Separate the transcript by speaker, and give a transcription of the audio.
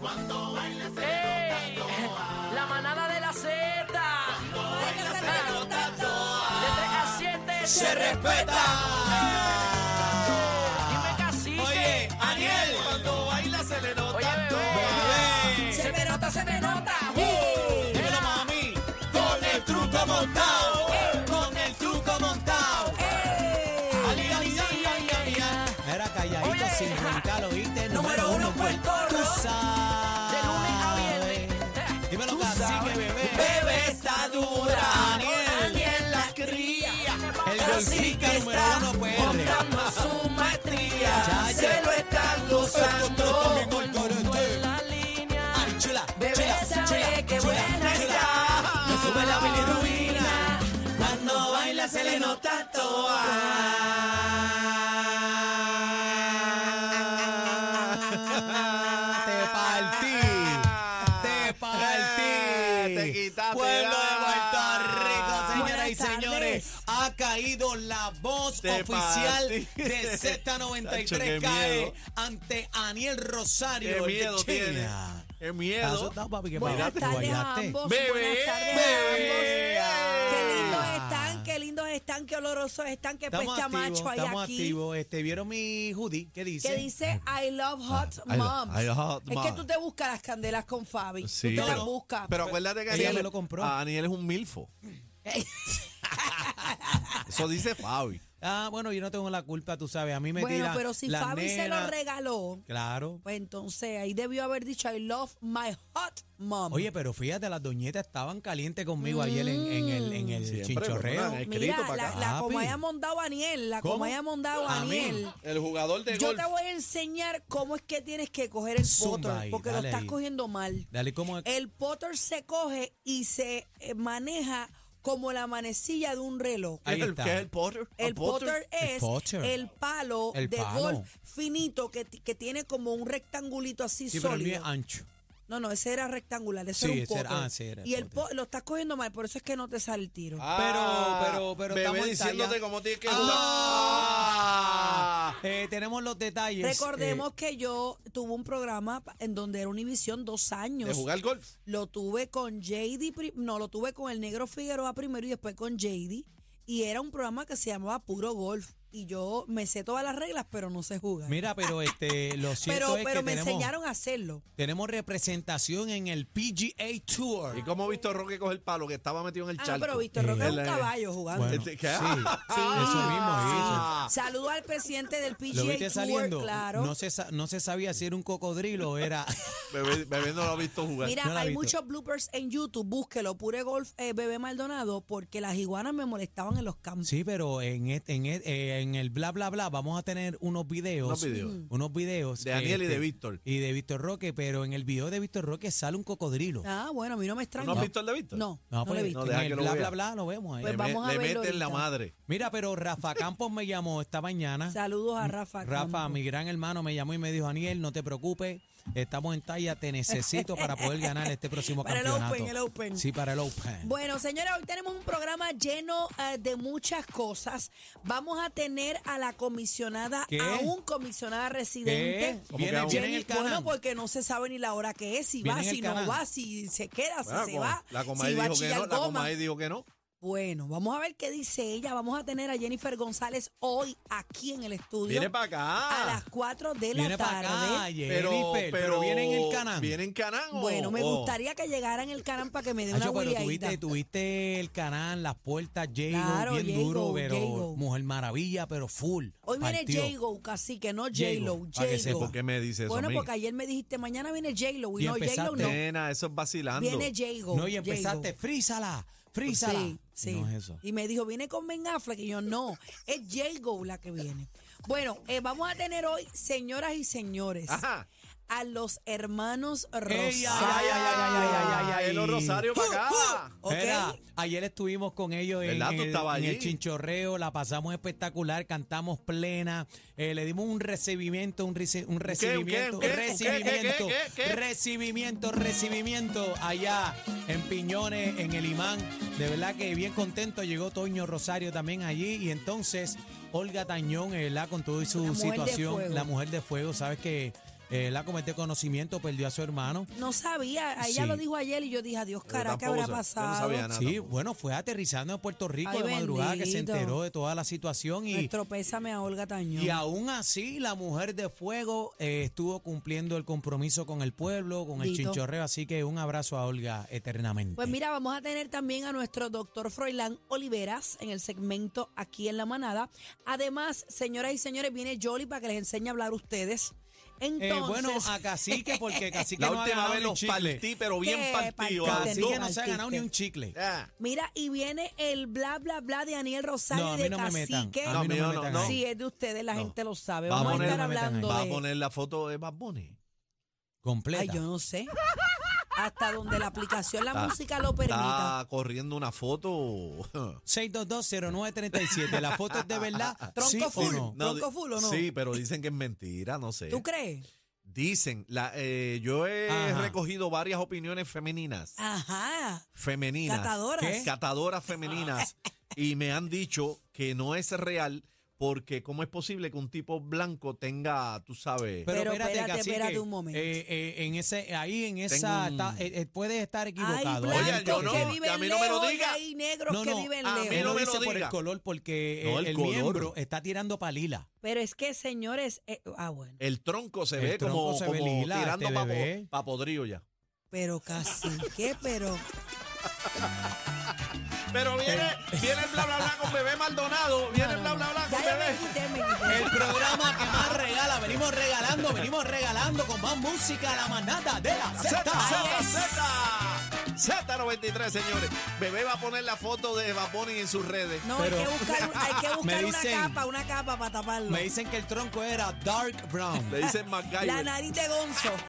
Speaker 1: Cuando bailas se
Speaker 2: ¡Ey!
Speaker 1: nota toa.
Speaker 2: La manada de la Z. De
Speaker 1: Cuando bailas se nota toa.
Speaker 2: 3 a 7.
Speaker 1: Se respeta.
Speaker 2: Dime cacique.
Speaker 1: Oye, Aniel, cuando baila se le
Speaker 2: Oye,
Speaker 1: nota
Speaker 2: bebé.
Speaker 1: todo.
Speaker 2: Se me nota, se me nota.
Speaker 1: ¡Uh! Dímelo, mami. Con el truco montado. Con el truco montado. Ali, ali, ali, ali, ali, ali.
Speaker 3: Era calladito
Speaker 2: Oye.
Speaker 3: sin roncar, ¿oíste?
Speaker 2: Número uno, pues, Puerto
Speaker 3: Tú
Speaker 2: Rico.
Speaker 3: sabes.
Speaker 2: De lunes a viernes.
Speaker 3: Dímelo,
Speaker 2: Tú
Speaker 3: cacique,
Speaker 2: sabes.
Speaker 3: bebé.
Speaker 1: Bebé está dura. Aniel,
Speaker 2: Aniel
Speaker 1: la cría.
Speaker 3: El
Speaker 1: Así
Speaker 3: golfica
Speaker 1: que
Speaker 3: número
Speaker 1: está
Speaker 3: uno,
Speaker 2: pues.
Speaker 3: PR.
Speaker 1: montando a su maestría.
Speaker 3: Ya, ya.
Speaker 1: Se lo están
Speaker 3: Esto está
Speaker 1: gozando.
Speaker 3: bien colorante.
Speaker 2: La línea.
Speaker 3: Ay, chula,
Speaker 1: Bebé
Speaker 3: chula,
Speaker 1: sabe
Speaker 3: chula,
Speaker 1: que
Speaker 3: chula,
Speaker 1: buena
Speaker 3: chula.
Speaker 1: está. Me sube la bilirrubina. Cuando baila se le nota
Speaker 3: Ah.
Speaker 1: toa.
Speaker 3: Te partí. Te partí.
Speaker 1: Ah, Eh, Te quitaste ah.
Speaker 3: Pueblo
Speaker 1: la-
Speaker 3: de Puerto Rico, señoras y
Speaker 4: Buenas tardes.
Speaker 3: señores. Ha caído la voz
Speaker 1: Te
Speaker 3: oficial
Speaker 1: partí.
Speaker 3: de
Speaker 1: Tacho, qué
Speaker 3: Z93.
Speaker 1: miedo.
Speaker 3: Cae ante Aniel Rosario.
Speaker 1: Qué
Speaker 3: el de
Speaker 1: miedo
Speaker 3: China.
Speaker 1: tiene. Qué
Speaker 3: ¿Estás
Speaker 1: miedo.
Speaker 3: asustado, papi? ¿Qué
Speaker 4: Buenas
Speaker 3: pasa?
Speaker 4: tardes a
Speaker 3: Guayaste.
Speaker 4: ambos.
Speaker 1: Bebé.
Speaker 4: Buenas tardes
Speaker 1: Bebé.
Speaker 4: a ambos. Qué lindos
Speaker 3: Ah.
Speaker 4: están, qué lindos están, qué olorosos están, qué
Speaker 3: Estamos
Speaker 4: pesta
Speaker 3: activos,
Speaker 4: macho hay
Speaker 3: estamos
Speaker 4: aquí.
Speaker 3: activos. Este, ¿Vieron mi hoodie? ¿Qué dice?
Speaker 4: Que dice I love hot
Speaker 1: I lo-
Speaker 4: moms.
Speaker 1: I love hot
Speaker 4: es
Speaker 1: moms.
Speaker 4: que tú te buscas las candelas con Fabi.
Speaker 1: Sí.
Speaker 4: tú te
Speaker 3: Pero-
Speaker 4: las buscas.
Speaker 1: Pero
Speaker 5: pues,
Speaker 1: acuérdate que
Speaker 3: Ella
Speaker 1: Aniel,
Speaker 3: me lo compró.
Speaker 1: Ah, Aniel es un milfo. Eso dice Fabi.
Speaker 3: Ah, bueno, yo no tengo la culpa, tú sabes. A mí me
Speaker 4: bueno,
Speaker 3: tiran
Speaker 4: pero si
Speaker 3: las
Speaker 4: Fabi se lo
Speaker 3: nenas.
Speaker 4: regaló,
Speaker 3: Claro.
Speaker 4: pues entonces ahí debió haber dicho I love my hot mom.
Speaker 3: Oye, pero fíjate, las doñetas estaban calientes conmigo ayer en, en el, en el
Speaker 1: Siempre,
Speaker 3: chinchorreo.
Speaker 1: ¿verdad? escrito
Speaker 4: Mira,
Speaker 1: pa'
Speaker 4: la,
Speaker 1: acá.
Speaker 4: la
Speaker 3: Papi.
Speaker 4: comaya mondado a Aniel, la
Speaker 3: ¿Cómo?
Speaker 4: comaya mondado a
Speaker 3: A mí.
Speaker 4: Aniel.
Speaker 1: El jugador de
Speaker 4: Yo
Speaker 1: golf.
Speaker 4: te voy a enseñar cómo es que tienes que coger el
Speaker 3: Zumba
Speaker 4: Potter,
Speaker 3: ahí,
Speaker 4: porque lo
Speaker 3: dale
Speaker 4: estás
Speaker 3: ahí.
Speaker 4: cogiendo mal.
Speaker 3: Dale, ¿cómo es?
Speaker 4: El Potter se coge y se eh, maneja como la manecilla de un reloj.
Speaker 3: Ahí
Speaker 1: ¿Qué es el-
Speaker 3: está.
Speaker 1: ¿Qué es el Potter?
Speaker 4: El
Speaker 1: ¿A Potter?
Speaker 4: Potter es
Speaker 3: Ah, El Potter.
Speaker 4: el palo
Speaker 3: El
Speaker 4: de
Speaker 3: palo.
Speaker 4: golf finito que, ti- que tiene como un rectangulito así
Speaker 3: Sí, pero el mío
Speaker 4: sólido.
Speaker 3: es ancho.
Speaker 4: no, no, ese era rectangular, ese
Speaker 3: Sí,
Speaker 4: era un
Speaker 3: ese
Speaker 4: Potter.
Speaker 3: era- ah, sí, era el
Speaker 4: y el
Speaker 3: Potter.
Speaker 4: po- lo estás cogiendo mal, por eso es que no te sale el tiro.
Speaker 1: Ah,
Speaker 3: Pero- pero- pero
Speaker 1: bebé
Speaker 3: estamos en
Speaker 1: diciéndote
Speaker 3: talla.
Speaker 1: cómo tienes que
Speaker 3: Ah.
Speaker 1: jugar. Ah.
Speaker 3: Eh, tenemos los detalles. eh,
Speaker 4: Recordemos que yo tuve un programa pa- en donde era Univisión dos años.
Speaker 1: De jugar golf.
Speaker 4: Lo tuve con JD, pri- no, lo tuve con el negro Figueroa primero y después con JD. Y era un programa que se llamaba Puro Golf. Y yo me sé todas las reglas, pero no sé
Speaker 3: eh,
Speaker 4: jugar.
Speaker 3: mira, pero este, lo cierto
Speaker 4: pero
Speaker 3: es
Speaker 4: pero
Speaker 3: que
Speaker 4: me
Speaker 3: tenemos,
Speaker 4: enseñaron a hacerlo.
Speaker 3: tenemos representación en el PGA Tour.
Speaker 1: ¿Y cómo visto Roque coge el palo que estaba metido en el
Speaker 4: Ah,
Speaker 1: charco?
Speaker 4: pero Víctor Roque es un
Speaker 1: El, eh,
Speaker 4: caballo jugando.
Speaker 3: Bueno,
Speaker 1: Este, ¿qué?
Speaker 3: sí,
Speaker 1: Sí.
Speaker 3: eso mismo.
Speaker 1: Ah.
Speaker 4: Saludo al presidente del
Speaker 3: Eso.
Speaker 4: PGA
Speaker 3: Lo viste
Speaker 4: Tour,
Speaker 3: saliendo.
Speaker 4: claro.
Speaker 3: No, se, sa- no se sabía si era un cocodrilo o era.
Speaker 1: Bebé, bebé no lo ha visto jugar.
Speaker 4: Mira,
Speaker 3: no la
Speaker 4: hay
Speaker 3: he visto.
Speaker 4: muchos bloopers en YouTube. Búsquelo, Pure Golf eh, Bebé Maldonado, porque las iguanas me molestaban en los campos.
Speaker 3: Sí, pero en, este- en, este- eh, en el bla bla bla vamos a tener unos videos.
Speaker 1: Unos videos.
Speaker 3: unos videos, este,
Speaker 1: De Aniel y de Víctor.
Speaker 3: Y de Víctor Roque, pero en el video de Víctor Roque sale un cocodrilo.
Speaker 4: Ah, bueno, a mí no
Speaker 1: ¿Tú
Speaker 4: me extraña.
Speaker 1: ¿No has visto el de Víctor?
Speaker 4: No, no,
Speaker 3: No,
Speaker 4: lo he
Speaker 3: pues,
Speaker 4: visto.
Speaker 1: No,
Speaker 3: en
Speaker 1: deja
Speaker 3: el
Speaker 1: que lo
Speaker 3: bla
Speaker 1: vea.
Speaker 3: bla bla lo vemos ahí.
Speaker 1: Le,
Speaker 4: Pues
Speaker 1: me-
Speaker 4: vamos a
Speaker 1: le
Speaker 4: verlo
Speaker 1: meten la
Speaker 4: ahorita.
Speaker 1: madre.
Speaker 3: Mira, pero Rafa Campos me llamó esta mañana.
Speaker 4: Saludos a Rafa.
Speaker 3: Rafa,
Speaker 4: Campos.
Speaker 3: mi gran hermano, me llamó y me dijo, Aniel, no te preocupes, estamos en talla, te necesito para poder ganar este próximo
Speaker 4: Para el
Speaker 3: campeonato.
Speaker 4: Open, el Open.
Speaker 3: Sí, para el Open.
Speaker 4: Bueno, señores, hoy tenemos un programa lleno eh, de muchas cosas. Vamos a tener a la comisionada,
Speaker 3: ¿Qué?
Speaker 4: a un comisionada residente.
Speaker 3: ¿Qué? ¿Viene,
Speaker 1: aún?
Speaker 3: viene en
Speaker 4: Jenny-
Speaker 3: el canal.
Speaker 4: Bueno, porque no se sabe ni la hora que es, si
Speaker 3: Viene
Speaker 4: va,
Speaker 3: en el
Speaker 4: si no
Speaker 3: canal.
Speaker 4: va, si se queda, si
Speaker 1: Ah,
Speaker 4: se
Speaker 1: como-
Speaker 4: va,
Speaker 1: la
Speaker 4: si
Speaker 1: Comay dijo
Speaker 4: va a
Speaker 1: que no,
Speaker 4: chillar
Speaker 1: la
Speaker 4: goma.
Speaker 1: Comay dijo que no.
Speaker 4: Bueno, vamos a ver qué dice ella. Vamos a tener a Jennifer González hoy aquí en el estudio.
Speaker 1: Viene para
Speaker 4: a
Speaker 1: acá.
Speaker 4: las 4 de la
Speaker 3: Viene para
Speaker 4: tarde.
Speaker 3: acá, Jennifer, pero, viene en el canal.
Speaker 1: ¿Viene en Canán o-
Speaker 4: Bueno, me
Speaker 1: o-
Speaker 4: gustaría que llegara en el canal para que me dé una
Speaker 3: Nacho, pero tuviste,
Speaker 4: hueleadita.
Speaker 3: tuviste el canal, las puertas, Jago,
Speaker 4: Claro,
Speaker 3: bien
Speaker 4: Jago,
Speaker 3: duro, pero
Speaker 4: Jago.
Speaker 3: Mujer Maravilla, pero full.
Speaker 4: Hoy viene
Speaker 3: partió.
Speaker 4: J-Lo, casi que no
Speaker 3: J-Lo,
Speaker 4: J-Lo,
Speaker 3: para que sepa.
Speaker 4: J-Lo.
Speaker 1: ¿Por qué me dices eso
Speaker 4: Bueno,
Speaker 1: a mí?
Speaker 4: porque ayer me dijiste, mañana viene J-Lo, y
Speaker 3: Y
Speaker 4: no, J-Lo
Speaker 3: empezaste.
Speaker 4: no.
Speaker 1: Nena, eso es vacilando.
Speaker 4: Viene J-Lo.
Speaker 3: No, y empezaste,
Speaker 4: J-Lo.
Speaker 3: frízala, frízala.
Speaker 4: Sí, sí.
Speaker 3: No es eso.
Speaker 4: Y me dijo, viene con Ben Affleck, y yo, no, es J-Lo la que viene. Bueno, eh, vamos a tener hoy, señoras y señores,
Speaker 1: Ajá.
Speaker 4: a los hermanos
Speaker 3: Ey, ay,
Speaker 4: Rosario.
Speaker 3: ay, ay, ay, ay, ay, ay, ay. Uh,
Speaker 1: El Rosario para acá.
Speaker 4: ¿Ok?
Speaker 3: Mira, ayer estuvimos con ellos en,
Speaker 1: ¿Verdad? Tú
Speaker 3: el,
Speaker 1: estabas
Speaker 3: en el
Speaker 1: allí.
Speaker 3: chinchorreo, la pasamos espectacular, cantamos plena, eh, le dimos un recibimiento, un, rece- un recibimiento,
Speaker 1: qué, un qué?
Speaker 3: recibimiento,
Speaker 1: ¿Qué, qué, qué, qué?
Speaker 3: recibimiento, recibimiento allá en Piñones, en el imán. De verdad que bien contento, llegó Toño Rosario también allí y entonces Olga Tañón, eh, ¿verdad? Con todo y su
Speaker 4: La mujer de
Speaker 3: situación,
Speaker 4: fuego.
Speaker 3: la mujer de fuego, sabes que eh, la cometió conocimiento, perdió a su hermano.
Speaker 4: No sabía, a ella
Speaker 3: Sí.
Speaker 4: lo dijo ayer y yo dije, adiós, cara, ¿qué habrá
Speaker 5: tampoco sab- yo no
Speaker 4: pasado?
Speaker 5: sabía nada.
Speaker 3: Sí,
Speaker 5: tampoco.
Speaker 3: bueno, fue aterrizando en Puerto Rico
Speaker 4: Ay,
Speaker 3: de madrugada que se
Speaker 4: bendito.
Speaker 3: enteró de toda la situación y,
Speaker 4: Nuestro pésame a Olga Tañón.
Speaker 3: y aún así la mujer de fuego eh, estuvo cumpliendo el compromiso con el pueblo, con el
Speaker 4: Dito.
Speaker 3: chinchorreo, así que un abrazo a Olga eternamente.
Speaker 4: Pues mira, vamos a tener también a nuestro doctor Froilán Oliveras en el segmento aquí en La Manada. Además, señoras y señores, viene Jolly para que les enseñe a hablar a ustedes.
Speaker 3: Eh,
Speaker 4: Entonces,
Speaker 3: bueno, a Cacique, porque Cacique
Speaker 5: La
Speaker 3: no ha
Speaker 5: última
Speaker 3: ganado
Speaker 5: vez
Speaker 3: ni un
Speaker 5: los
Speaker 3: chicle.
Speaker 5: partí, pero bien
Speaker 4: ¿Qué
Speaker 5: partidos.
Speaker 4: partiste?
Speaker 5: las dos.
Speaker 3: Cacique no se ha ganado ni un chicle.
Speaker 5: Ah.
Speaker 4: mira, y viene el bla, bla, bla de Daniel Rosario
Speaker 3: No, a
Speaker 4: y de
Speaker 3: mí no me metan.
Speaker 4: Cacique.
Speaker 3: A mí no,
Speaker 5: No,
Speaker 3: me
Speaker 5: mío no,
Speaker 3: metan
Speaker 5: no.
Speaker 3: ahí.
Speaker 4: Si es de ustedes, la gente lo sabe.
Speaker 5: Va a
Speaker 4: Vamos a,
Speaker 5: poner-
Speaker 4: estar
Speaker 3: no me metan ahí.
Speaker 4: hablando
Speaker 5: Va a
Speaker 4: de-
Speaker 5: poner la foto de Bad Bunny.
Speaker 3: Completa.
Speaker 4: Ay, yo no sé. Hasta donde la aplicación, la
Speaker 5: Está-
Speaker 4: música lo permita.
Speaker 5: Está corriendo una foto.
Speaker 3: 6220937. La foto es de verdad.
Speaker 4: Tronco
Speaker 3: ¿sí o
Speaker 4: full.
Speaker 3: no?
Speaker 4: ¿Tronco
Speaker 5: di-
Speaker 4: full o no?
Speaker 5: Sí, pero dicen que es mentira, no sé.
Speaker 4: ¿Tú crees?
Speaker 5: Dicen, la, eh, yo he
Speaker 3: Ajá.
Speaker 5: recogido varias opiniones femeninas.
Speaker 4: Ajá.
Speaker 5: femeninas.
Speaker 4: Catadoras. ¿Qué?
Speaker 5: Catadoras femeninas. y me han dicho que no es real porque cómo es posible que un tipo blanco tenga, tú sabes...
Speaker 3: Pero,
Speaker 4: Pero
Speaker 3: espérate,
Speaker 4: espérate,
Speaker 3: Cacique,
Speaker 4: espérate un momento.
Speaker 3: eh, eh, en ese, ahí en esa.
Speaker 5: un-
Speaker 3: ta- eh, eh, puedes estar
Speaker 4: Ay,
Speaker 3: equivocado.
Speaker 5: Oye, yo
Speaker 4: blancos
Speaker 5: no,
Speaker 4: que
Speaker 5: que
Speaker 4: viven
Speaker 5: a mí no me lo
Speaker 4: lejos y
Speaker 5: diga.
Speaker 4: hay negros
Speaker 3: No,
Speaker 4: que
Speaker 3: no,
Speaker 4: viven
Speaker 5: a mí
Speaker 4: lejos.
Speaker 3: Él
Speaker 5: no
Speaker 3: lo
Speaker 5: me lo
Speaker 3: dice por el
Speaker 5: diga.
Speaker 3: color, porque eh,
Speaker 5: No,
Speaker 3: el,
Speaker 5: el
Speaker 3: el
Speaker 5: color.
Speaker 3: miembro está tirando palila.
Speaker 4: Pero es que, señores, eh, ah, bueno,
Speaker 5: El tronco se
Speaker 3: El
Speaker 5: ve como,
Speaker 3: tronco se ve
Speaker 5: como
Speaker 3: lila,
Speaker 5: tirando
Speaker 3: este
Speaker 5: pa,
Speaker 3: bebé.
Speaker 5: po- pa podrido ya.
Speaker 4: pero casi, ¿qué? Pero,
Speaker 5: Pero viene, viene el bla bla bla con bebé Maldonado, viene el bla bla bla
Speaker 4: ya
Speaker 5: con
Speaker 4: yo me
Speaker 5: bebé.
Speaker 4: quité, me quité.
Speaker 3: El programa que más regala, venimos regalando, venimos regalando con más música la manada de la
Speaker 5: Z,
Speaker 3: Z.
Speaker 5: Z, Z, Z93, señores. Bebé va a poner la foto de Baboni en sus redes.
Speaker 4: No,
Speaker 3: Pero-
Speaker 4: hay que buscar, un- hay que buscar
Speaker 3: dicen-
Speaker 4: una capa, una capa para taparlo.
Speaker 3: Me dicen que el tronco era dark brown.
Speaker 5: Le dicen
Speaker 4: La
Speaker 5: MacGyver.
Speaker 4: nariz de Gonzo.